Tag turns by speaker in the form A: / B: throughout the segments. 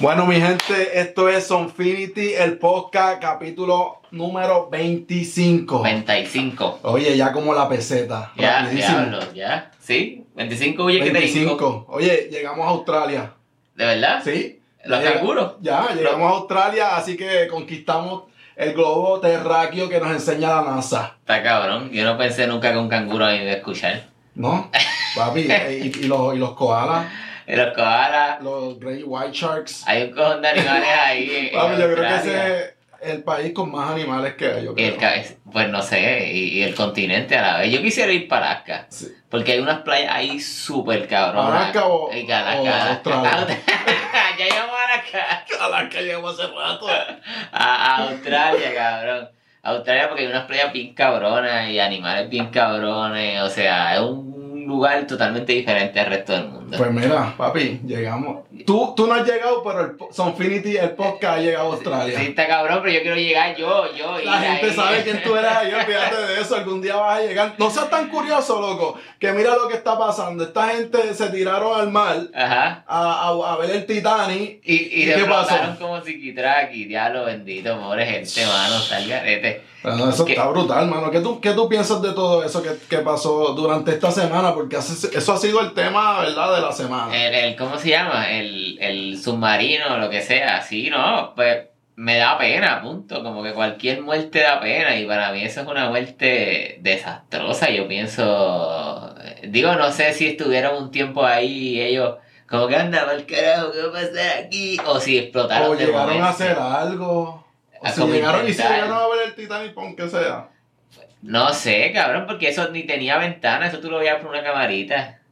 A: Bueno, mi gente, esto es Sonfinity, el podcast, capítulo número 25.
B: 25.
A: Oye, ya como la peseta.
B: Ya,
A: rapidísimo.
B: ya, hablo, ya. Sí, 25 oye que te digo.
A: 25. Oye, llegamos a Australia.
B: ¿De verdad?
A: ¿Sí? Eh,
B: Los
A: Ya llega-
B: canguros.
A: Ya, llegamos a Australia, así que conquistamos el globo terráqueo que nos enseña la NASA.
B: Está cabrón. Yo no pensé nunca que un canguro me iba a escuchar.
A: ¿No? Papi, eh, y, y los, y los koalas,
B: Y los koalas.
A: los great white sharks.
B: Hay un cojón de animales ahí. en
A: Papi, yo creo que
B: Australia.
A: ese es el país con más animales que hay, yo
B: Y el
A: creo.
B: cabe- pues no sé, y, y el continente a la vez. Yo quisiera ir para Alaska.
A: Sí.
B: Porque hay unas playas ahí súper cabronas.
A: Alaska o-
B: Ay,
A: o Australia.
B: ya llegamos a Alaska.
A: Alaska llegamos hace rato.
B: A, a Australia, cabrón. Australia porque hay unas playas bien cabronas y animales bien cabrones. O sea, es un lugar totalmente diferente al resto del mundo.
A: Pues mira, papi, llegamos. Tú, tú no has llegado, pero el po- Sonfinity, el podcast, ha llegado a Australia.
B: Sí, está cabrón, pero yo quiero llegar yo, yo. ir
A: La gente
B: ahí.
A: sabe quién tú eres ahí, olvídate de eso, algún día vas a llegar. No seas tan curioso, loco, que mira lo que está pasando. Esta gente se tiraron al mar
B: Ajá.
A: a, a- a ver el Titanic.
B: Y, y,
A: ¿Y
B: se
A: qué pasó?
B: explotaron como psiquitraqui, diablo bendito, pobre gente, mano, salgarete.
A: Bueno, eso
B: ¿Qué?
A: está brutal, mano. ¿Qué tú, qué tú piensas de todo eso que, que pasó durante esta semana? Porque hace- eso ha sido el tema, ¿verdad?, de la semana.
B: El, el- ¿Cómo se llama? El, el submarino, lo que sea, así, ¿no? Pues me da pena, punto. Como que cualquier muerte da pena y para mí eso es una muerte desastrosa. Yo pienso, eh, digo, no sé si estuvieron un tiempo ahí y ellos, como que anda, mal carajo, ¿qué va a pasar aquí? O si explotaron
A: o
B: de
A: llegaron
B: momento.
A: a hacer algo. O
B: A
A: si
B: como
A: llegaron y se
B: intentar.
A: llegaron a ver el Titanic, pon que sea.
B: No sé, cabrón, porque eso ni tenía ventana, eso tú lo veías por una camarita.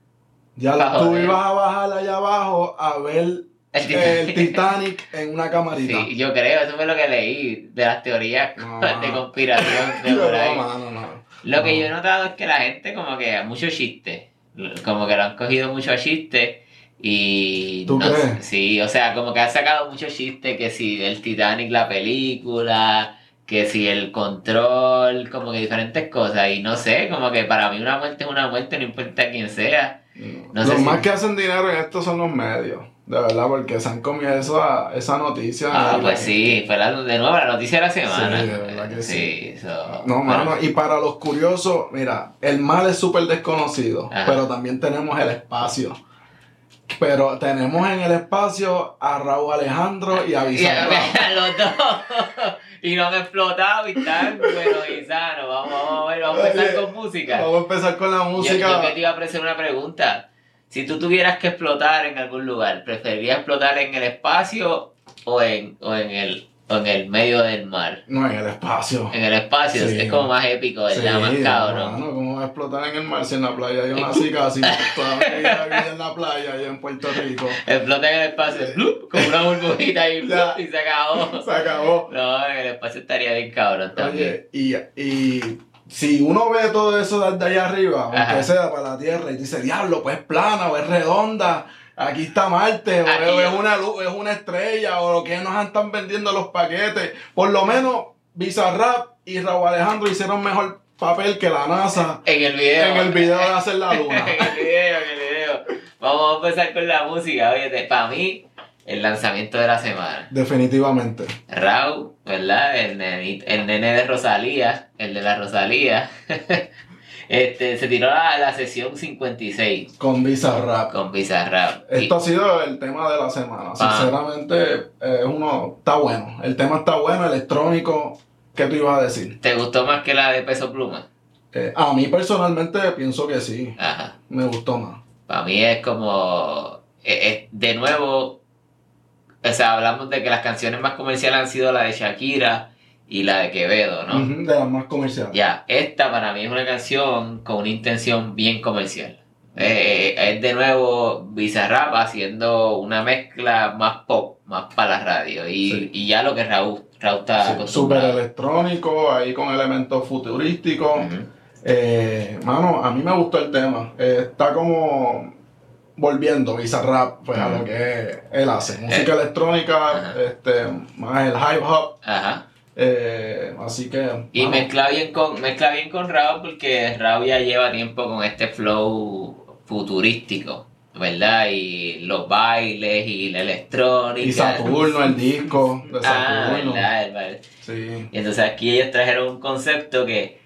A: Ya
B: Pa'
A: tú
B: joder.
A: ibas a bajar allá abajo a ver
B: El
A: el
B: Titanic.
A: Titanic en una camarita.
B: Sí, yo creo, eso fue lo que leí de las teorías
A: No,
B: de
A: mano.
B: conspiración.
A: Ah.
B: De
A: Yo,
B: por ahí.
A: no, mano, no.
B: Lo que
A: No.
B: yo he notado es que la gente como que mucho chiste, como que lo han cogido mucho a chiste y
A: ¿Tú
B: no
A: crees?
B: sé, sí, o sea, como que han sacado mucho chiste que si el Titanic la película, que si el control, como que diferentes cosas y no sé, como que para mí una muerte es una muerte, no importa quién sea. No sé
A: los
B: si-
A: más que hacen dinero en esto son los medios. De verdad, porque se han comido esa, esa noticia.
B: Ah,
A: Y-
B: pues sí, fue la, de nuevo la noticia de la semana.
A: Sí, de verdad que sí.
B: eso-
A: No,
B: bueno,
A: mano, y para los curiosos, mira, el mal es súper desconocido,
B: Ajá.
A: pero también tenemos el espacio. Pero tenemos en el espacio a Raúl Alejandro y a
B: Y
A: Bizarro.
B: a los dos. Y no me explotado y tal, pero y sano. Vamos, vamos a ver, vamos a empezar
A: Oye,
B: con música.
A: Vamos a empezar con la
B: Yo,
A: música.
B: yo que te iba a hacer una pregunta. Si tú tuvieras que explotar en algún lugar, ¿preferirías explotar en el espacio o en, o en, el, o en el medio del mar?
A: No, en el espacio.
B: En el espacio,
A: Sí.
B: es como más épico, ¿verdad? más cabrón.
A: Mano, ¿Cómo va a explotar en el mar si en la playa? Yo nací casi toda mi vida viví en la playa, allá en Puerto Rico.
B: Explota en el espacio, ¡blup! como una burbujita y,
A: Ya.
B: ¡blup! y se acabó.
A: Se acabó.
B: No, en el espacio estaría bien cabrón también.
A: Oye, y, y si uno ve todo eso desde allá arriba, aunque
B: Ajá.
A: sea para la Tierra, y dice, diablo, pues es plana o es redonda, aquí está Marte, o
B: Aquí-
A: es una luz, es una estrella, o lo que nos están vendiendo los paquetes. Por lo menos Bizarrap y Raúl Alejandro hicieron mejor papel que la NASA
B: En el video.
A: en el video de hacer la luna.
B: en el video, en el video. Vamos a empezar con la música. Oye, para mí, el lanzamiento de la semana.
A: Definitivamente.
B: Rau, ¿verdad? El, nenito- el nene de Rosalía, el de la Rosalía. este, se tiró la, la sesión 56
A: con Bizarrap.
B: con Bizarrap. Y-
A: Esto ha sido el tema de la semana. Sinceramente, eh, uno está bueno. El tema está bueno, electrónico. ¿Qué tú ibas a decir?
B: ¿Te gustó más que la de Peso Pluma?
A: Eh, a mí personalmente pienso que sí.
B: Ajá.
A: Me gustó más.
B: Para mí es como. eh, eh, de nuevo. O sea, hablamos de que las canciones más comerciales han sido la de Shakira y la de Quevedo, ¿no?
A: Ujú, de las más comerciales.
B: Ah. Ya, esta para mí es una canción con una intención bien comercial. Eh, eh, es de nuevo Bizarrap haciendo una mezcla más pop, más para la radio. Y,
A: Sí.
B: y ya lo que Raúl, Raúl está
A: Sí, Súper
B: acostumbrado.
A: electrónico, ahí con elementos futurísticos.
B: Ujú.
A: Eh, mano, a mí me gustó el tema. Eh, está como volviendo Bizarrap pues, a
B: Ujú.
A: lo que él hace. Música electrónica,
B: Mm. Eh, Ajá.
A: este, más el hip hop.
B: Ajá.
A: Eh, así que.
B: Y
A: mano,
B: mezcla bien con, mezcla bien con Raúl porque Raúl ya lleva tiempo con este flow futurístico. ¿verdad? Y los bailes y la electrónica.
A: Y Saturno, el disco de
B: Ah,
A: Saturno.
B: ¿verdad? El baile.
A: sí.
B: Y entonces aquí ellos trajeron un concepto que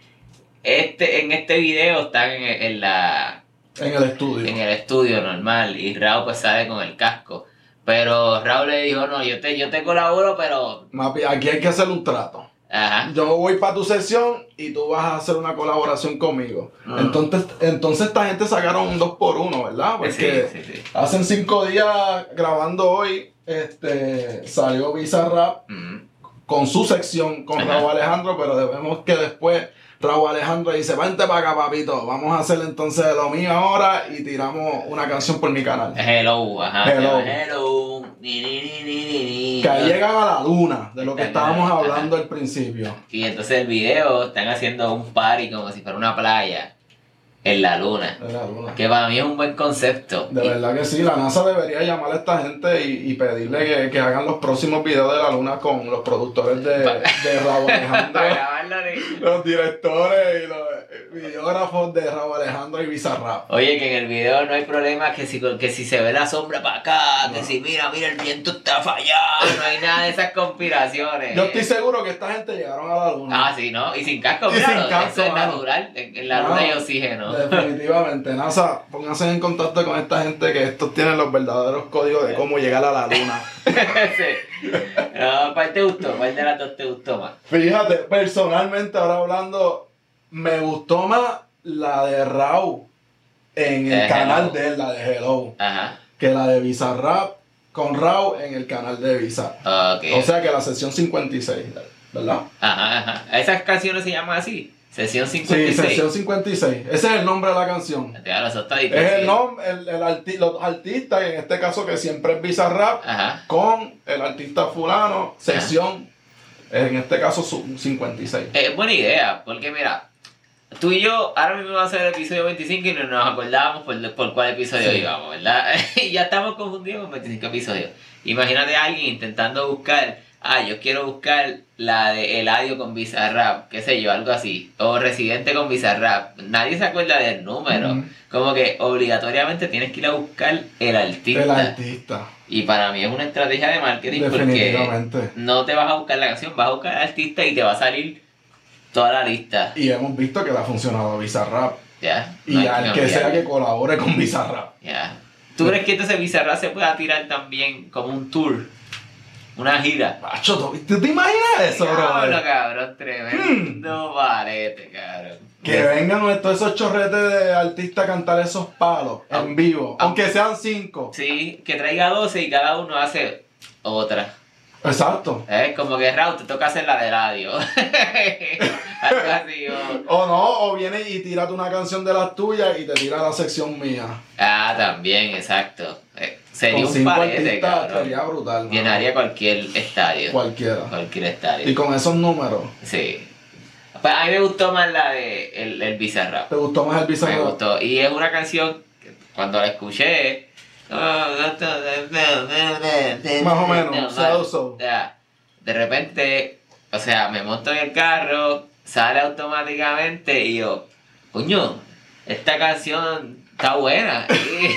B: este, en este video están en, en la,
A: En el estudio.
B: en el estudio normal y Raúl pues sale con el casco. Pero Raúl le dijo, no, yo te, yo te colaboro, pero...
A: Mapi, aquí hay que hacer un trato.
B: Ajá.
A: Yo voy para tu sesión y tú vas a hacer una colaboración conmigo.
B: Ah.
A: Entonces, entonces esta gente sacaron un 2 por 1 ¿verdad? Porque
B: sí, sí, sí.
A: hacen cinco días grabando hoy, este salió Bizarrap
B: Mm.
A: con su sección con
B: Ajá.
A: Raúl Alejandro, pero debemos que después Raúl Alejandro dice, vente para acá, papito, vamos a hacer entonces lo mío ahora y tiramos una canción por mi canal.
B: Hello, ajá.
A: Hello.
B: Hello. Ni, ni, ni, ni, ni, ni.
A: Que ahí llegan a la luna de lo que
B: Ajá.
A: estábamos hablando al principio.
B: Y entonces el video están haciendo un party como si fuera una playa en la luna.
A: De la luna.
B: Que para mí es un buen concepto.
A: De
B: Y-
A: verdad que sí, la NASA debería llamar a esta gente y, y pedirle que, que hagan los próximos videos de la luna con los productores de, de Raúl Alejandro,
B: para grabarlo de-
A: los directores y los eh, videógrafos de Raúl Alejandro y Bizarrap.
B: Oye, que en el video no hay problema, que si, que si se ve la sombra para acá, que
A: No.
B: si mira, mira, el viento está fallado, no hay nada de esas conspiraciones.
A: Yo estoy seguro que esta gente llegaron a la luna.
B: Ah, sí, ¿no? Y sin casco,
A: Y
B: claro,
A: sin casco,
B: eso es
A: mano.
B: natural, en, en la
A: No.
B: luna hay oxígeno.
A: Definitivamente, NASA, pónganse en contacto con esta gente que estos tienen los verdaderos códigos de cómo llegar a la luna.
B: Sí. No, ¿Cuál te gustó? ¿Cuál de las dos te gustó más?
A: Fíjate, personalmente ahora hablando, me gustó más la de Raúl en el
B: Eh,
A: canal
B: Hello.
A: de él, la de Hello,
B: Ajá.
A: que la de Bizarrap con Raúl en el canal de Bizarrap.
B: Ok.
A: O sea que la sesión 56, ¿verdad?
B: Ajá, ajá. Esas canciones se llaman así. Sesión
A: Sí,
B: 56.
A: sesión 56. Ese es el nombre de la canción.
B: Claro, eso está difícil.
A: Es el nombre, el, el arti- los artistas, en este caso que siempre es Bizarrap,
B: Ajá.
A: con el artista fulano, sesión, en este caso su- 56.
B: Es Eh, buena idea, porque mira, tú y yo ahora mismo vamos a ver el episodio 25 y no nos acordábamos por, por cuál episodio
A: Sí.
B: íbamos, ¿verdad? y ya estamos confundidos con 25 episodios. Imagínate a alguien intentando buscar, ah, yo quiero buscar la de Eladio con Bizarrap, qué sé yo, algo así, o Residente con Bizarrap. Nadie se acuerda del número.
A: Ujú.
B: Como que obligatoriamente tienes que ir a buscar el artista.
A: El artista,
B: Y para mí es una estrategia de marketing porque
A: definitivamente.
B: no te vas a buscar la canción, vas a buscar al artista y te va a salir toda la lista.
A: Y hemos visto que le ha funcionado a Bizarrap.
B: Ya.
A: Y
B: no hay
A: al que sea
B: cambiar.
A: que colabore con Bizarrap.
B: Ya. ¿Tú crees que entonces Bizarra se pueda tirar también como un tour? Una gira.
A: Macho, ¿tú, tú te imaginas eso,
B: Cabrón,
A: bro? Mm.
B: cabrón, tremendo parete, cabrón.
A: Que vengan todos esos chorretes de artistas a cantar esos palos
B: Ah.
A: en vivo.
B: Ah.
A: Aunque sean cinco.
B: Sí, que traiga 12 y cada uno hace otra.
A: Exacto.
B: Es como que Raúl te toca hacer la de radio. Algo así, o-
A: O no, o vienes y tírate una canción de las tuyas y te tira la sección mía.
B: Ah, también, exacto. Eh, Sería
A: Con
B: un
A: cinco
B: parete,
A: artistas
B: cabrón.
A: sería brutal. mano.
B: Llenaría cualquier estadio.
A: Cualquiera.
B: Cualquier
A: Y
B: estadio.
A: con esos números,
B: Sí. Pues a mí me gustó más la de el, el Bizarrap.
A: ¿te gustó más el
B: Me
A: Bizarrap?
B: gustó. Y es una canción que cuando la escuché. oh, Más
A: Más
B: o
A: o menos. so, so.
B: De repente, o sea, me monto en el carro, sale automáticamente y yo, coño, esta canción está buena.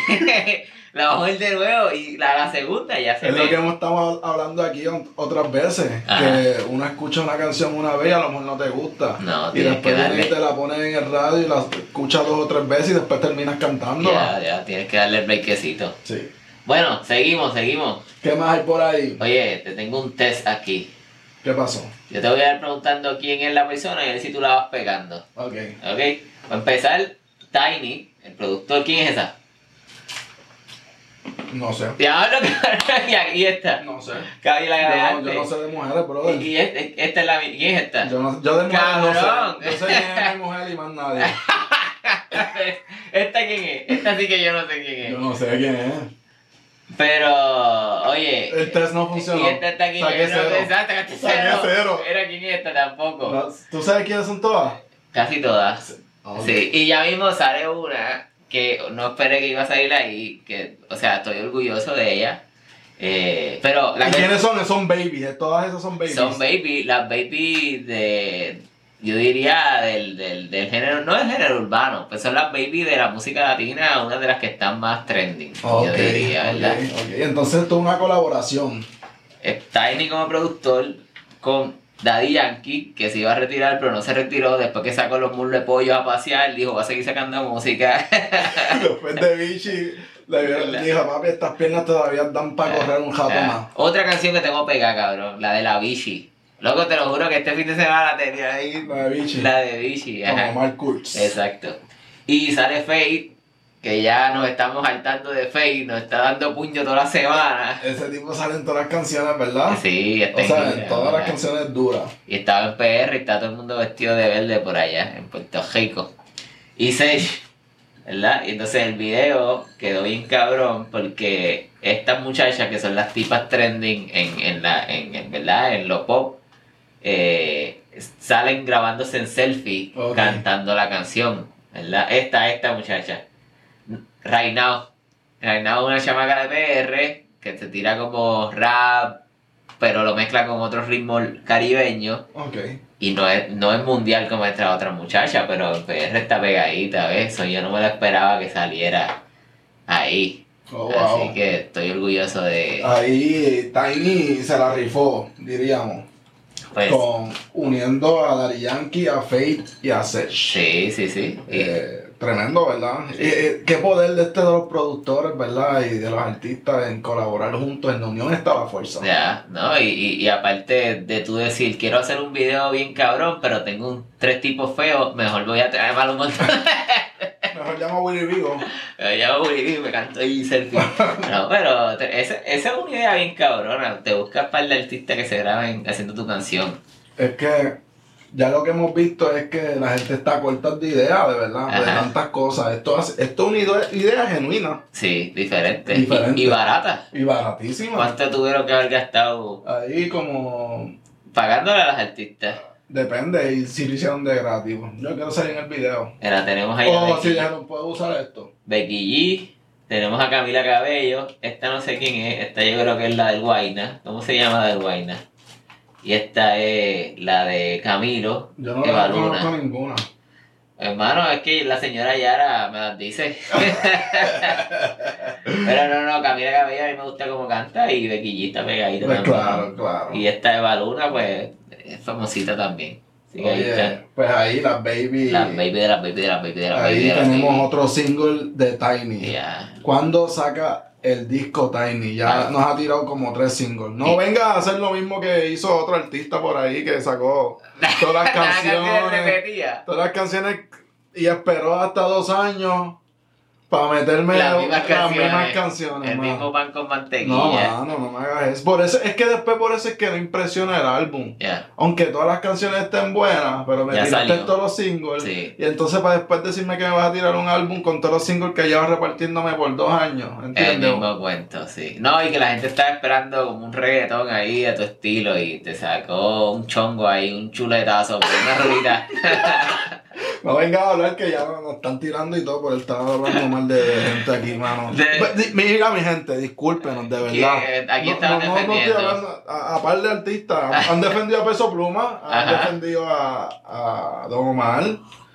B: Y la bajo de nuevo y la, la segunda ya se
A: Es lo
B: me-
A: que hemos estado hablando aquí on- otras veces,
B: Ajá.
A: que uno escucha una canción una vez y a lo mejor no te gusta.
B: No,
A: y
B: tienes que
A: después
B: darle.
A: vienes y te la pones en el radio y la escuchas dos o tres veces y después terminas cantándola.
B: Ya, ya, tienes que darle el breakecito.
A: Sí.
B: Bueno, seguimos, seguimos.
A: ¿Qué más hay por ahí?
B: Oye, te tengo un test aquí.
A: ¿Qué pasó?
B: Yo te voy a ir preguntando quién es la persona y a ver si tú la vas pegando.
A: Ok.
B: ¿Ok? Para empezar, Tiny, el productor, ¿quién es esa?
A: No sé.
B: Diablo, cabrón, y aquí está.
A: No sé.
B: Cabi la
A: Yo,
B: ganaste.
A: yo no sé de mujeres, brother.
B: Y, y este- esta es la mi- ¿Quién es esta?
A: Yo, no, yo de mujeres
B: Cabrón.
A: no sé. Yo sé quién es mi mujer y más nadie.
B: ¿Esta quién es? Esta sí que yo no sé quién
A: Yo
B: es.
A: no sé quién es.
B: Pero, oye.
A: El test no funcionó.
B: ¿Y esta está aquí?
A: Saqué
B: Yo
A: cero.
B: no sé, sacaste
A: Saqué
B: cero.
A: cero.
B: Era quién es esta tampoco.
A: No, ¿Tú sabes quiénes son todas?
B: Casi todas.
A: Ah,
B: Sí, y ya mismo sale una que no esperé que iba a salir ahí, que, o sea, estoy orgulloso de ella. Eh, pero
A: ¿Y
B: las
A: quiénes son? Son babies. Todas esas son babies.
B: son baby, las baby de yo diría del, del, del género, no del género urbano, pues son las baby de la música latina, una de las que están más trending,
A: Ok,
B: yo diría, ¿verdad?
A: ok, ok. Entonces esto es una colaboración.
B: Eh, Tiny como productor con Daddy Yankee, que se iba a retirar, pero no se retiró, después que sacó los mulos de pollo a pasear, dijo, va a seguir sacando música.
A: Después de Vichy le le dijo, papi, estas piernas todavía dan para correr un jato más.
B: Ah, Otra canción que tengo pegada, cabrón, la de la Vichy. Loco, te lo juro que este fin de semana la tenía ahí.
A: La de Vichy.
B: La de Vichy,
A: Con
B: ajá.
A: Omar Kurz.
B: Exacto. Y sale Fate, que ya nos estamos hartando de Fate, nos está dando puño toda la semana.
A: Ese tipo sale en todas las canciones, ¿verdad?
B: Sí, este está
A: Ah, O sea,
B: gira,
A: en todas las
B: ¿verdad?
A: canciones duras.
B: Y estaba en PR y está todo el mundo vestido de verde por allá, en Puerto Rico. Y Sage, ¿verdad? Y entonces el video quedó bien cabrón porque estas muchachas que son las tipas trending en, en la, en, en, ¿verdad? En lo pop, eh, salen grabándose en selfie
A: Ok.
B: cantando la canción, ¿verdad? Esta, esta muchacha. Right now. Right now es una chamaca de PR que se tira como rap, pero lo mezcla con otros ritmos caribeños.
A: Ok.
B: Y no es, no es mundial como esta otra muchacha, pero PR está pegadita, ¿ves? So, Yo no me lo esperaba que saliera ahí.
A: Oh, wow. Ah,
B: Así que estoy orgulloso de...
A: Ahí Tiny se la rifó, diríamos.
B: pues,
A: Con, uniendo a Daddy Yankee, a Fate y a Sech.
B: sí, sí, sí. Y-
A: Eh, tremendo, ¿verdad? Y, eh, qué poder de este de los productores, ¿verdad? Y de los artistas en colaborar juntos. En la unión está la fuerza.
B: Ya, ¿no? Y, y, y aparte de tú decir, quiero hacer un video bien cabrón, pero tengo un tres tipos feos, mejor voy a traer mal un montón.
A: Mejor llamo a Willy Vigo.
B: Me llamo Willy y me canto y selfie. No, pero te- esa, esa es una idea bien cabrona. Te buscas para el artista que se graben haciendo tu canción.
A: Es que ya lo que hemos visto es que la gente está corta de ideas, de verdad, de
B: Ajá.
A: tantas cosas. Esto, hace- esto es una idea, idea genuina
B: Sí, diferente.
A: Diferente.
B: Y, y barata.
A: y baratísima.
B: ¿Cuánto tuvieron que haber gastado
A: Ahí como
B: pagándole a las artistas?
A: depende y si lo hicieron de gratis. Yo quiero salir en el video. Oh,
B: Mira, tenemos ahí a
A: O si
B: Becky,
A: dijeron, puedo usar esto.
B: Becky G, tenemos a Camila Cabello, esta no sé quién es, esta yo creo que es la del Guaina. ¿Cómo se llama la del Guaina? Y esta es la de Camilo,
A: Yo no la
B: Eva Luna.
A: conozco ninguna.
B: Hermano, es que la señora Yara me las dice. Pero no, no, Camila Cabello a mí me gusta cómo canta y Becky G está pegadita
A: Pues
B: también.
A: claro, claro.
B: Y esta Eva Luna, pues, es famosita también. Así que ahí está.
A: Oye, pues ahí las baby.
B: Las baby de las baby de las baby de las baby
A: ahí
B: de las
A: tenemos
B: baby.
A: otro single de Tiny.
B: Ya.
A: ¿Cuándo saca el disco Tiny? Ya
B: Ah.
A: nos ha tirado como tres singles. No
B: Sí.
A: venga a hacer lo mismo que hizo otro artista por ahí que sacó todas las
B: Cada canción
A: canciones.
B: repetía.
A: todas las canciones y esperó hasta dos años para meterme
B: Las
A: la-
B: mismas
A: mismas
B: canciones.
A: canciones,
B: El
A: mano.
B: mismo pan con
A: No,
B: mantequilla.
A: mano, no me hagas eso. Por eso. Es que después por eso es que no impresiona el álbum.
B: Ya.
A: Aunque todas las canciones estén buenas, pero me
B: Ya
A: tiraste
B: salió.
A: todos los singles.
B: Sí.
A: Y entonces para después decirme que me vas a tirar un álbum con todos los singles que llevas repartiéndome por dos años,
B: El
A: ¿entiendes?
B: mismo cuento, sí. No, y que la gente estaba esperando como un reggaetón ahí a tu estilo y te sacó un chongo ahí, un chuletazo, por una rolita.
A: No vengas a hablar que ya nos están tirando y todo por estar hablando mal de gente aquí, mano.
B: De-
A: Pues, di- Mira mi gente, discúlpenos, de
B: Aquí-
A: verdad.
B: aquí estamos defendiendo.
A: estoy hablando, a, a par de artistas, han defendido a Peso Pluma, han
B: Ajá.
A: defendido a, a Don Omar.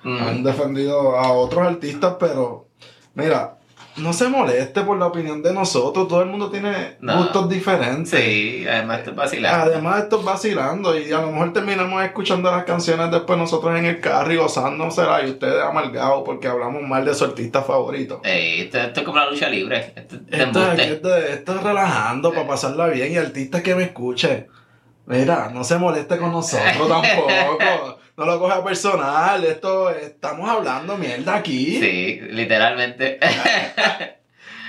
A: han
B: Mm.
A: defendido a otros artistas, pero mira, no se moleste por la opinión de nosotros, todo el mundo tiene
B: No.
A: gustos diferentes.
B: Sí, además estoy vacilando.
A: Además, esto es vacilando y a lo mejor terminamos escuchando las canciones después nosotros en el carro y gozándoselas y ustedes amargados porque hablamos mal de su artista favorito.
B: Ey, esto, esto es como la lucha libre. Esto, esto es
A: Esto, es-
B: embuste.
A: esto es- esto es relajando para pasarla bien y artistas que me escuchen. Mira, no se moleste con nosotros tampoco. No lo coja personal. Esto estamos hablando mierda aquí.
B: Sí, literalmente.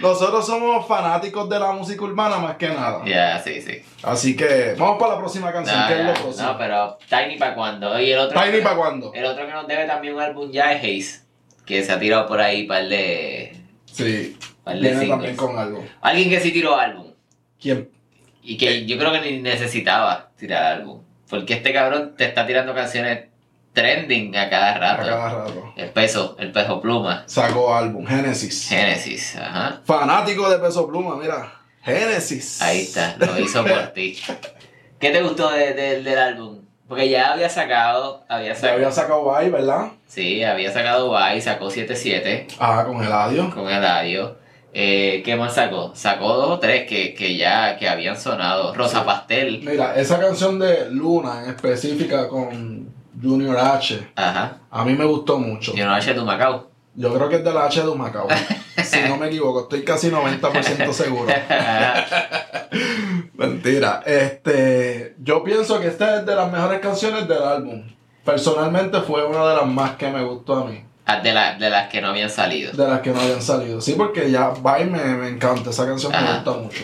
A: Nosotros somos fanáticos de la música urbana más que nada.
B: Ya, sí, sí.
A: Así que vamos para la próxima
B: No,
A: canción, que
B: ya,
A: es lo próximo.
B: no, pero Tiny para cuando. Y el otro,
A: Tiny para cuándo?
B: el otro que nos debe también un álbum ya es Haze, que se ha tirado por ahí par de,
A: Sí,
B: par de
A: viene
B: singles.
A: también con algo.
B: Alguien que sí tiró álbum
A: ¿Quién?
B: y que yo creo que ni necesitaba tirar álbum, porque este cabrón te está tirando canciones trending a cada
A: A
B: rato.
A: cada rato.
B: El peso, el peso pluma,
A: Sacó álbum, Génesis.
B: Genesis, ajá.
A: Fanático de Peso Pluma, mira. Génesis.
B: Ahí está, lo hizo por ti. ¿Qué te gustó de- de- del álbum? Porque ya había sacado, había
A: Se había
B: sacado,
A: sacado ahí, ¿verdad?
B: sí, había sacado Y, sacó 7-7
A: Ah, con el adiós.
B: con Eladio. Eh, ¿Qué más sacó? Sacó dos o tres que, que ya que habían sonado. Rosa
A: Sí.
B: Pastel.
A: Mira, esa canción de Luna en específica con Junior H,
B: Ajá.
A: a mí me gustó mucho.
B: Yo no H tu Macao.
A: Yo creo que es de la H de Humacao. si no me equivoco, estoy casi 90% seguro. Mentira. Este, yo pienso que esta es de las mejores canciones del álbum. Personalmente fue una de las más que me gustó a mí,
B: Ah, de, la- de las que no habían salido.
A: de las que no habían salido. Sí, porque ya Bye me, me encanta, esa canción me
B: Ajá.
A: gusta mucho.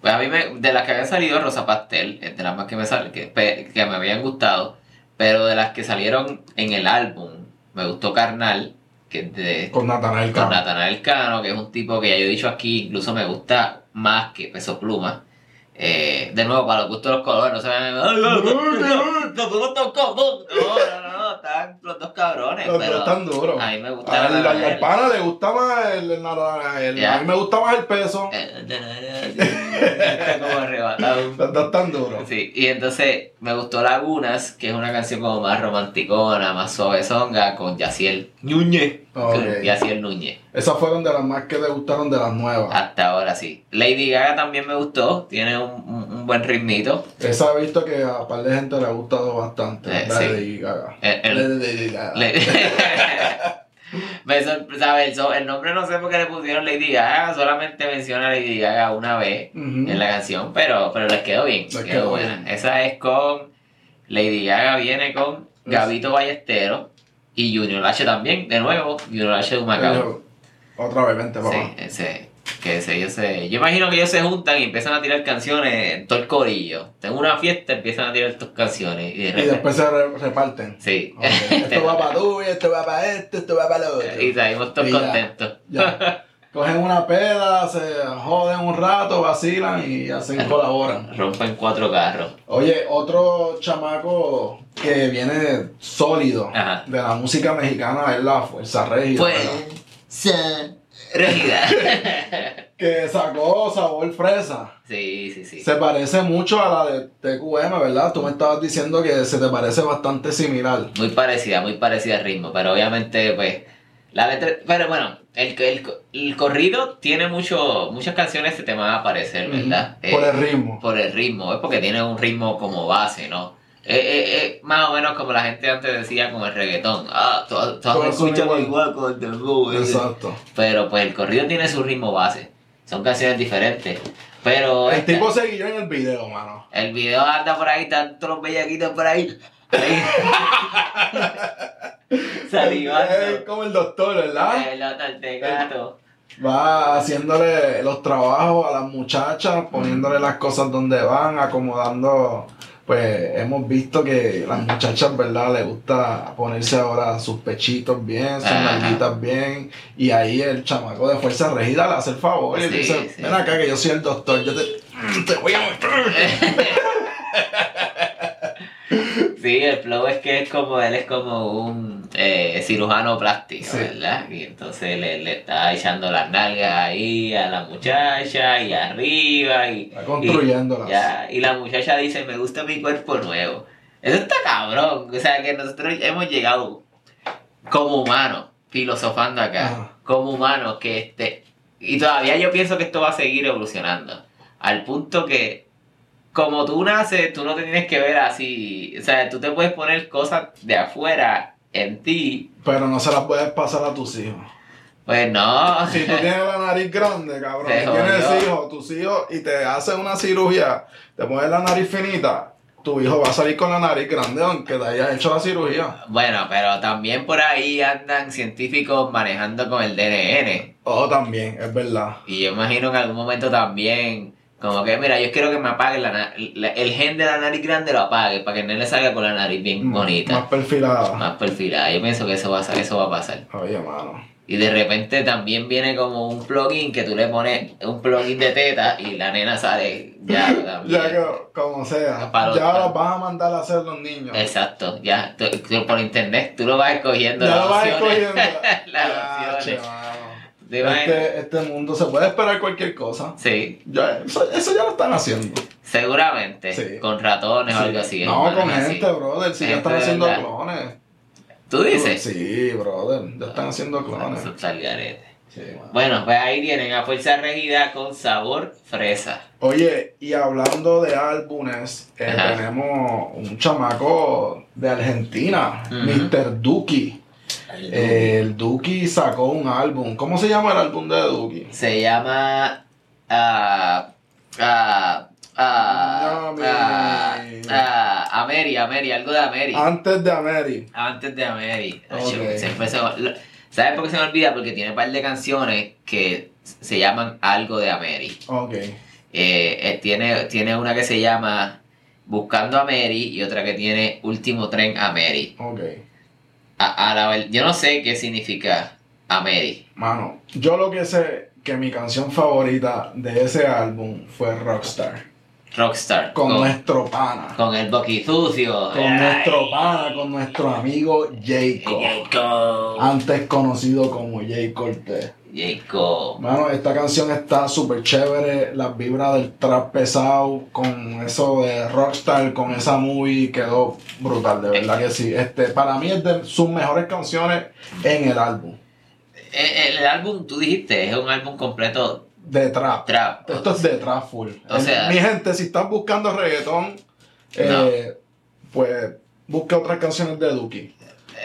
B: Pues a mí me- de las que habían salido Rosa Pastel, es de las más que me sal- que, pe- que me habían gustado, pero de las que salieron en el álbum, me gustó Carnal, que es de
A: Con Natanael
B: con
A: Cano.
B: Natanael Cano, que es un tipo que ya yo he dicho aquí, incluso me gusta más que Peso Pluma. Eh, de nuevo, para los gustos de los colores, no se vayan a- "Ay, no, no, no, no, no, no, no, no, no, están los dos cabrones,
A: Los dos
B: pero
A: están Ah, duros.
B: a mí me gusta
A: Al, al- al
B: Natanael.
A: pana le gusta más el, el Natanael.
B: Ya.
A: A mí me gusta más el peso.
B: Eh, Está como arrebatado.
A: Los dos tan duros.
B: Sí, y entonces me gustó Lagunas, que es una canción como más romanticona, más suavezonga, con Yaciel Núñez.
A: Ok.
B: Con Yaciel Núñez.
A: Esas fueron de las más que le gustaron de las nuevas.
B: Hasta ahora sí. Lady Gaga también me gustó, tiene un, un- un buen ritmito.
A: Esa he visto que a par de gente le ha gustado bastante.
B: Eh,
A: la
B: sí.
A: de Lady Gaga.
B: El- el-
A: La de Lady Gaga.
B: le- Me sor- sabe, el, so- el nombre no sé por qué le pusieron Lady Gaga, solamente menciona a Lady Gaga una vez
A: Ujú.
B: en la canción, pero, pero les quedó bien,
A: Les
B: quedó,
A: quedó
B: buena.
A: bien.
B: Esa es con Lady Gaga, viene con
A: Es-
B: Gabito Ballestero y Junior H también, de nuevo, Junior H de Humacao.
A: Pero, Otra vez, vente, papá.
B: Ah, Sí, ese, que ese, ellos se- yo imagino que ellos se juntan y empiezan a tirar canciones en todo el corillo. En una fiesta empiezan a tirar tus canciones y de
A: Y
B: repente-
A: después se re- reparten.
B: Sí.
A: Ok, Esto va para tú, y esto va para esto, esto va para lo otro.
B: y salimos todos
A: Y ya.
B: contentos.
A: Ya. Cogen una peda, se joden un rato, vacilan y hacen colaboran.
B: Rompen cuatro carros.
A: Oye, otro chamaco que viene sólido
B: Ajá.
A: de la música mexicana es la Fuerza Regia, ¿verdad?
B: Fuerza Regida.
A: que sacó Sabor Fresa.
B: sí, sí, sí.
A: Se parece mucho a la de TQM, ¿verdad? Tú me estabas diciendo que se te parece bastante similar.
B: Muy parecida, muy parecida al ritmo, pero obviamente, pues, la letra, pero bueno, el, el, el corrido tiene mucho, muchas canciones que te van a aparecer, ¿verdad?
A: Ujú. Por
B: Eh,
A: el ritmo.
B: por el ritmo, es porque tiene un ritmo como base, ¿no? Eh, eh, eh, más o menos como la gente antes decía con el reggaetón, ah, todos todo
A: Todos son
B: escuchan
A: igual.
B: igual. con el dembow, eh.
A: Exacto.
B: pero pues el corrido tiene su ritmo base, son canciones diferentes, pero
A: El
B: esta-
A: tipo seguía en el video, mano.
B: el video anda por ahí, están todos los bellaquitos por ahí, ahí.
A: Es
B: salivando, Eh.
A: como el ¿Ah? doctor, ¿verdad?
B: el otro el tecato.
A: Va haciéndole los trabajos a las muchachas, poniéndole las cosas donde van, acomodando. Pues hemos visto que las muchachas, ¿verdad? Les gusta ponerse ahora sus pechitos bien, sus
B: Ajá.
A: nalguitas bien. Y ahí el chamaco de fuerza regida le hace el favor y
B: Sí,
A: le dice:
B: sí.
A: Ven acá que yo soy el doctor, yo te, te voy a mostrar.
B: Eh. Sí, el flow es que es como él es como un eh, cirujano plástico,
A: Sí.
B: ¿verdad? Y entonces le, le está echando las nalgas ahí a la muchacha y arriba y
A: Está construyéndolas.
B: ya y la muchacha dice me gusta mi cuerpo nuevo. Eso está cabrón, o sea que nosotros hemos llegado como humanos filosofando acá,
A: Ajá.
B: como humanos que este y todavía yo pienso que esto va a seguir evolucionando al punto que como tú naces, tú no te tienes que ver así. O sea, tú te puedes poner cosas de afuera en ti.
A: Pero no se las puedes pasar a tus hijos.
B: Pues no.
A: Si tú tienes la nariz grande, cabrón,
B: Te
A: y tienes
B: jodió.
A: hijos, tus hijos, y te hacen una cirugía, te pones la nariz finita, tu hijo va a salir con la nariz grande aunque te hayas hecho la cirugía.
B: Bueno, pero también por ahí andan científicos manejando con el DNN.
A: Oh, también, es verdad.
B: Y yo imagino que en algún momento también, como que, mira, yo quiero que me apague la, na- la- el gen de la nariz grande, lo apague, para que el nene salga con la nariz bien
A: M- Más
B: bonita,
A: perfilada.
B: más perfilada. Yo pienso que eso va a, eso va a pasar.
A: Oye, mano.
B: Y de repente también viene como un plugin que tú le pones un plugin de teta y la nena sale ya también.
A: Ya que, como sea,
B: Para
A: ya
B: otra.
A: los vas a mandar a hacer los niños.
B: Exacto, ya tú- tú por internet tú lo vas escogiendo.
A: Ya
B: las
A: lo vas
B: opciones.
A: escogiendo.
B: Las
A: Ya,
B: opciones.
A: che, mano.
B: de vaina.
A: Este, este mundo se puede esperar cualquier cosa.
B: Sí,
A: Ya, eso, eso ya lo están haciendo.
B: seguramente.
A: Sí.
B: Con ratones o
A: Sí.
B: algo así.
A: No,
B: hermano,
A: con
B: así.
A: gente, brother. Si ya
B: Gente
A: están
B: de
A: haciendo
B: verdad.
A: clones.
B: ¿Tú dices?
A: Sí, brother. Ya están haciendo clones.
B: Eso está al garete.
A: Sí, mano.
B: Bueno, pues ahí tienen a Fuerza Regida con sabor fresa.
A: Oye, y hablando de álbumes, eh,
B: Ajá.
A: tenemos un chamaco de Argentina,
B: Ujú.
A: Mr. Duki. Eh, el Duki sacó un álbum. ¿Cómo se llama el álbum de Duki?
B: Se llama. ah, ah, ah,
A: Dame.
B: ah, ah, Ameri, Ameri, algo de Ameri.
A: Antes de Ameri.
B: Antes de Ameri. Ay,
A: Ah. Ok.
B: yo, siempre se me- lo- ¿Sabes por qué se me olvida? Porque tiene un par de canciones que se llaman algo de Ameri.
A: Ok.
B: Eh, eh, tiene, tiene una que se llama Buscando a Mary y otra que tiene Último Tren a Mary.
A: Ok.
B: A, a la ver- yo no sé qué significa a Mary.
A: Mano, yo lo que sé que mi canción favorita de ese álbum fue Rockstar.
B: Rockstar.
A: Con
B: con,
A: nuestro pana.
B: con el boquizucio.
A: Con
B: Oh, Ay.
A: nuestro pana, con nuestro amigo Jacob.
B: Jacob.
A: Antes conocido como Jay Cortez.
B: Jacob.
A: Mano, esta canción está súper chévere. Las vibras del trap pesado con eso de Rockstar, con esa movie, quedó brutal, de verdad que sí. Este, para mí es de sus mejores canciones en el álbum.
B: Eh, El, álbum, tú dijiste, es un álbum completo
A: De trap.
B: trap.
A: Esto es de trap full.
B: O sea-
A: Mi gente, si estás buscando reggaetón, eh, pues busca otras canciones de Duki.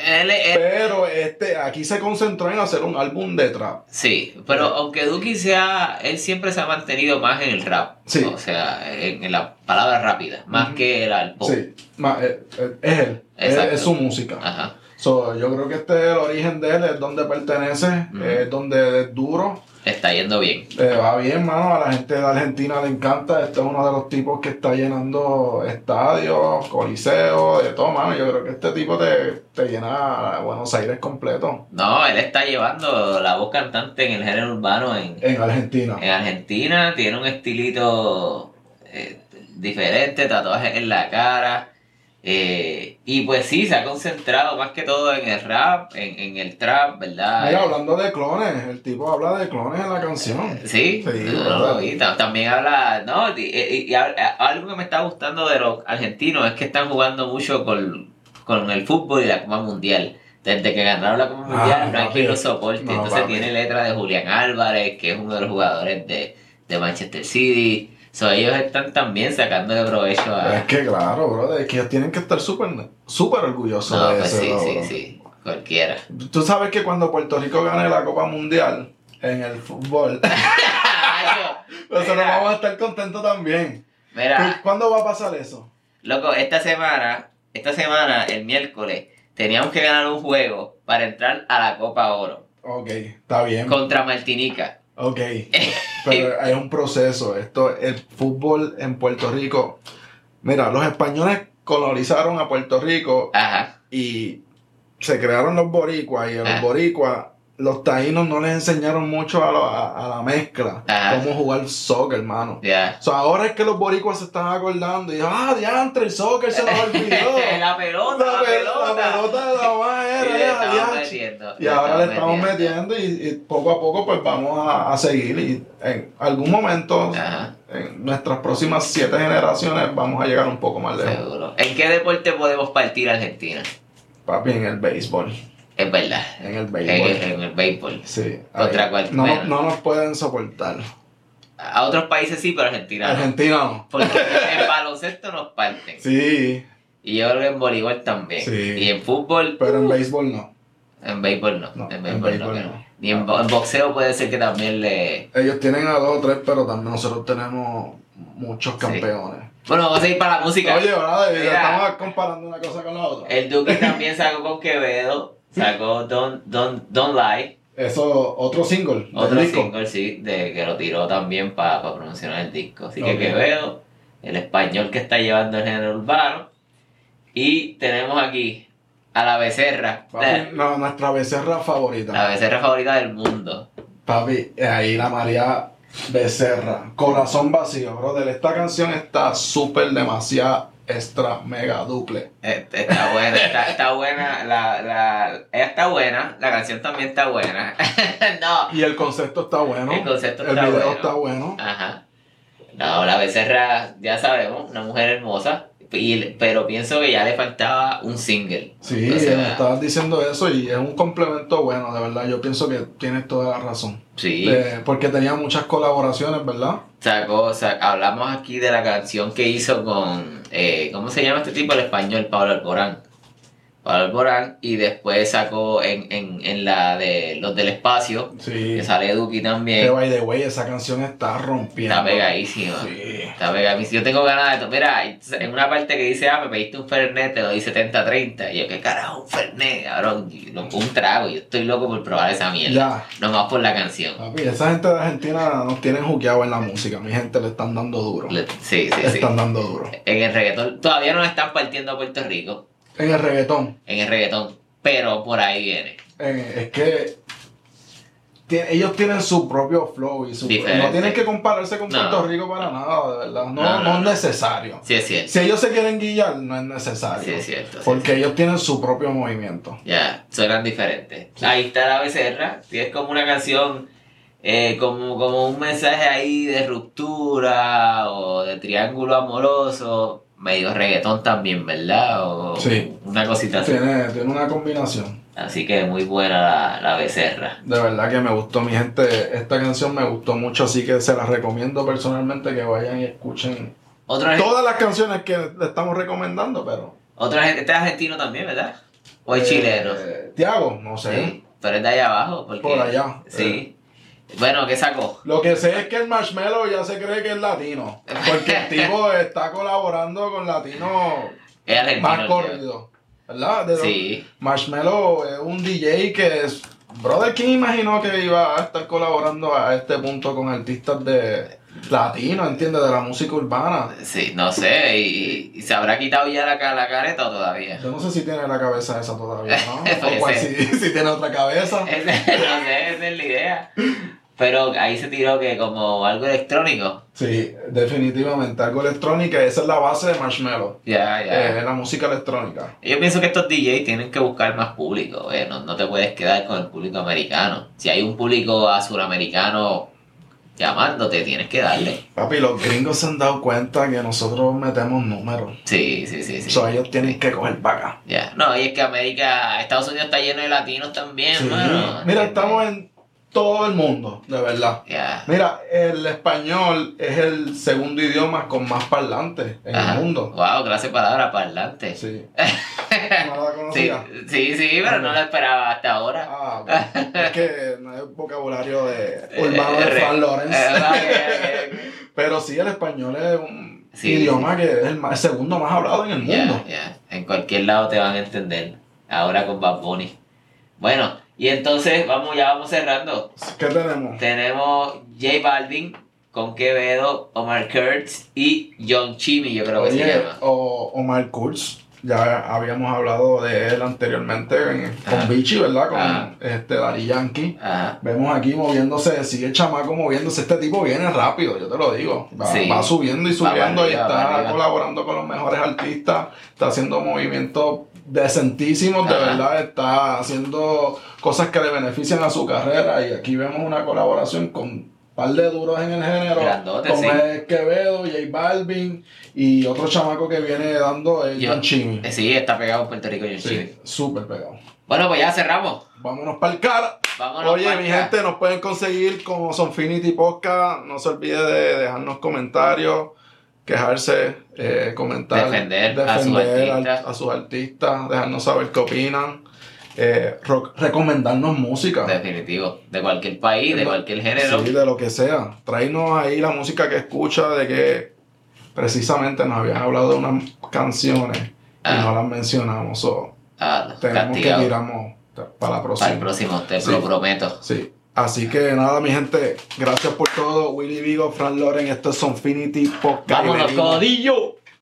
B: Él es- él-
A: Pero este, aquí se concentró en hacer un álbum de trap.
B: sí, pero aunque Duki sea, él siempre se ha mantenido más en el rap.
A: Sí.
B: O sea, en, en la palabra rápida, más
A: Ujú.
B: que el álbum.
A: Sí, ma- eh, eh, es él. Es,
B: Oh. Exacto. Ah.
A: es su música.
B: Ajá.
A: So, yo creo que este es el origen de él, es donde pertenece,
B: Ujú.
A: es donde es duro.
B: Le está yendo bien.
A: Le va bien, mano. A la gente de Argentina le encanta. Este es uno de los tipos que está llenando estadios, coliseos, de todo, mano. Yo creo que este tipo te, te llena Buenos Aires completo
B: No, él está llevando la voz cantante en el género urbano en,
A: en Argentina.
B: en Argentina. Tiene un estilito eh, diferente, tatuajes en la cara. eh, y pues sí, se ha concentrado más que todo en el rap, en, en el trap, ¿verdad?
A: Mira, hablando de clones, el tipo habla de clones en la canción.
B: Sí,
A: Sí,
B: no, no lo vi. Ta- También habla, no, y, y- y hab- algo que me está gustando de los argentinos es que están jugando mucho con, con el fútbol y la Copa Mundial. Desde que ganaron la Copa
A: Ah,
B: Mundial, no hay
A: papi.
B: quien lo soporte.
A: No,
B: Entonces
A: papi.
B: tiene letra de Julián Álvarez, que es uno de los jugadores de, de Manchester City. So, ellos están también sacando de provecho
A: Es
B: a...
A: que claro, brother, es que ellos tienen que estar súper súper orgullosos
B: No,
A: de
B: pues
A: ese
B: sí, sí,
A: logro.
B: sí, cualquiera.
A: Tú sabes que cuando Puerto Rico gane la Copa Mundial en el fútbol, nosotros
B: Mira.
A: vamos a estar contentos también.
B: Mira,
A: ¿Cuándo va a pasar eso?
B: Loco, esta semana, esta semana, el miércoles, teníamos que ganar un juego para entrar a la Copa Oro
A: Ok, está bien.
B: contra Martinica.
A: Ok. Pero hay un proceso. Esto, el fútbol en Puerto Rico. Mira, los españoles colonizaron a Puerto Rico
B: Ajá.
A: y se crearon los boricuas. Y a
B: Ah.
A: los boricuas, los taínos no les enseñaron mucho a, lo- a- a la mezcla.
B: Ajá.
A: Cómo jugar soccer, hermano.
B: Ya.
A: So, ahora es que los boricuas se están acordando y ah, diantre, el soccer se nos olvidó.
B: la
A: La,
B: pelota, la,
A: pe-
B: pelota.
A: la pelota de la más
B: Y
A: era,
B: le
A: ya,
B: estamos
A: ya,
B: metiendo,
A: y ahora le estamos
B: metiendo.
A: metiendo y, y poco a poco pues vamos a, a seguir y en algún momento,
B: Ajá,
A: en nuestras próximas siete generaciones vamos a llegar un poco más lejos.
B: seguro. ¿En qué deporte podemos partir a Argentina?
A: Papi, en el béisbol,
B: Es verdad.
A: en el
B: En,
A: béisbol.
B: en el béisbol.
A: Sí,
B: Eh, Contra
A: ahí. no,
B: cualquiera.
A: no nos pueden soportar.
B: A otros países sí, pero Argentina no.
A: Argentina no.
B: Porque en baloncesto nos parten.
A: Sí,
B: Y yo creo que en voleibol también.
A: Sí.
B: Y en fútbol
A: pero en béisbol no.
B: En béisbol no.
A: No,
B: en
A: en
B: béisbol no.
A: béisbol
B: creo.
A: no.
B: Ni en, bo- en boxeo puede ser que también le.
A: Ellos tienen a dos o tres, pero también nosotros tenemos muchos campeones.
B: Bueno, vamos a ir para la música.
A: Oye, ¿verdad? David?
B: Mira. Eh.
A: Estamos comparando una cosa con la otra.
B: El Duque también sacó con Quevedo. Sacó Don't, Don't, Don't Lie.
A: Eso, otro single. del
B: Otro
A: disco.
B: single, sí, de, que lo tiró también para promocionar el disco. Así
A: Ok.
B: que Quevedo, el español que está llevando el género urbano. Y tenemos aquí a la becerra.
A: Papi, no, nuestra becerra favorita.
B: La becerra favorita del mundo.
A: Papi, ahí la María Becerra. Corazón vacío, brother. Esta canción está súper demasiado extra, mega, duple.
B: Eh, Está buena, está, está buena, la, la, ella está buena, la canción también está buena. no,
A: Y el concepto está bueno.
B: el concepto
A: El
B: está
A: video
B: bueno.
A: está bueno.
B: Ajá. No, la becerra, ya sabemos, una mujer hermosa, y- pero pienso que ya le faltaba un single.
A: Sí,
B: O sea,
A: estabas diciendo eso y es un complemento bueno, de verdad. Yo pienso que tienes toda la razón.
B: Sí.
A: Eh, porque tenía muchas colaboraciones, ¿verdad?
B: Sacó, sa- hablamos aquí de la canción que hizo con, eh, ¿cómo se llama este tipo? El español, Pablo Alborán. Pablo Alborán, y después sacó en, en, en la de Los del Espacio,
A: Sí.
B: que sale
A: Que
B: Duki también.
A: by the way, esa canción está rompiendo.
B: Está pegadísima.
A: Sí.
B: Está pegadísima. Yo tengo ganas de to- Mira, en una parte que dice, ah, me pediste un Fernet, te doy 70-30. Y yo, ¿qué carajo, un Fernet? Cabrón, Y lo- un trago. Yo estoy loco por probar esa mierda.
A: Ya.
B: Nomás por la canción.
A: Papi, esa gente de Argentina nos tienen juqueado en la música. Mi gente le están dando duro.
B: Le- Sí,
A: Le
B: sí, sí.
A: están dando duro.
B: En el reggaetón todavía no están partiendo a Puerto Rico.
A: En el reggaetón,
B: en el reggaetón, pero por ahí viene.
A: eh, es que tie- ellos tienen su propio flow y su
B: Diferente.
A: No tienen que compararse con
B: No.
A: Puerto Rico para nada, de verdad. No,
B: No,
A: no
B: no, no.
A: es necesario.
B: Sí, es cierto.
A: Si ellos se quieren guiar, no es necesario.
B: Sí, es cierto. sí,
A: porque ellos tienen su propio movimiento.
B: es- Ya, suenan diferentes. Ahí está la becerra, tienes como una canción, eh, como, como un mensaje ahí de ruptura o de triángulo amoroso, medio reggaetón también, ¿verdad? O
A: Sí.
B: una cosita así.
A: Tiene, tiene una combinación.
B: Así que muy buena la, la becerra.
A: De verdad que me gustó, mi gente. Esta canción me gustó mucho, así que se la recomiendo personalmente que vayan y escuchen
B: Otro, argen-
A: todas las canciones que le estamos recomendando, pero.
B: otro argen- este es argentino también, ¿verdad? O es
A: eh,
B: chileno.
A: Tiago, no sé.
B: Sí, pero es de allá abajo. Porque,
A: Por allá,
B: Sí. Bueno, ¿qué sacó?
A: Lo que sé es que el marshmallow ya se cree que es latino. Porque el tipo está colaborando con latinos
B: Es argentino.
A: más
B: el tío.
A: corridos. ¿Verdad? De-
B: Sí,
A: Marshmallow es un DJ que es. Brother, ¿quién imaginó que iba a estar colaborando a este punto con artistas de latino, entiendes? De la música urbana.
B: sí, no sé. ¿Y, y se habrá quitado ya la, ca- la careta o todavía?
A: Yo no sé si tiene la cabeza esa todavía, ¿no?
B: Puede
A: o cual, si, si tiene otra cabeza.
B: Es- no sé, esa es la idea. Pero ahí se tiró que como algo electrónico.
A: Sí, definitivamente. Algo electrónica, esa es la base de Marshmallow.
B: Ya, ya.
A: eh, la música electrónica.
B: Yo pienso que estos DJs tienen que buscar más público. eh, No, no te puedes quedar con el público americano. Si hay un público suramericano llamándote, tienes que darle.
A: Papi, los gringos se han dado cuenta que nosotros metemos números.
B: Sí, sí, sí. sí.
A: O sea, ellos tienen que coger para acá.
B: Ya, no, y es que América, Estados Unidos está lleno de latinos también,
A: Sí.
B: mano.
A: Mira, estamos en todo el mundo, de verdad.
B: Ya,
A: Mira, el español es el segundo idioma con más parlantes en
B: Ajá.
A: el mundo.
B: wow, clase de palabra parlante. Sí,
A: Sí. No la
B: sí,
A: conocía.
B: sí, pero no lo esperaba hasta ahora.
A: Ah, bueno. es que no es vocabulario de
B: Eh,
A: urbano de
B: re-
A: San
B: Eh,
A: Lorenzo.
B: ok, ok, ok.
A: Pero sí, el español es un
B: Sí,
A: idioma que es el, ma- el segundo más hablado en el mundo.
B: Ya, ya, en cualquier lado te van a entender. Ahora con Bad Bunny. Bueno, y entonces vamos, ya vamos cerrando.
A: ¿Qué tenemos?
B: Tenemos J Balvin con Quevedo, Omar Kurtz y John Chimmy, yo creo que se
A: Oye,
B: llama.
A: o Omar Kurz, ya habíamos hablado de él anteriormente en-
B: Ajá.
A: con Vichy, ¿verdad? Con
B: Ajá.
A: este Daddy Yankee.
B: Ajá.
A: Vemos aquí moviéndose, sigue el chamaco moviéndose. Este tipo viene rápido, yo te lo digo. Va,
B: Sí.
A: va subiendo y
B: Va para
A: subiendo y
B: arriba,
A: está
B: para arriba.
A: colaborando con los mejores artistas. Está haciendo movimientos decentísimos, de
B: Ajá.
A: verdad. Está haciendo cosas que le benefician a su carrera. Y aquí vemos una colaboración con un par de duros en el género.
B: Grandote,
A: como
B: sí.
A: es Quevedo, J Balvin y otro chamaco que viene dando es
B: Yo-
A: John Chimmy.
B: Eh, Sí, está pegado en Puerto Rico John Chimmy.
A: Sí, súper pegado.
B: Bueno, pues ya cerramos.
A: Vámonos para el cara.
B: Vámonos.
A: Oye,
B: para
A: mi
B: acá.
A: gente, nos pueden conseguir como Sonfinity Podcast. No se olvide de dejarnos comentarios, quejarse, eh, comentar,
B: Defender a sus
A: defender al-
B: artistas.
A: a sus artistas, dejarnos saber qué opinan, eh, ro- recomendarnos música,
B: Definitivo. De cualquier país, de
A: No.
B: cualquier género.
A: sí, de lo que sea. Traernos ahí la música que escucha, de que precisamente nos habían hablado de unas canciones
B: Ah.
A: y no las mencionamos. o
B: Ah,
A: tenemos
B: castigado.
A: que tiramos para la próxima.
B: Para el próximo, te
A: Sí.
B: lo prometo.
A: Sí. Así que nada, mi gente, gracias por todo. Willy Vigo, Fran Loren, esto es Sonfinity Podcast.
B: Vámonos,
A: Venimos.
B: codillo.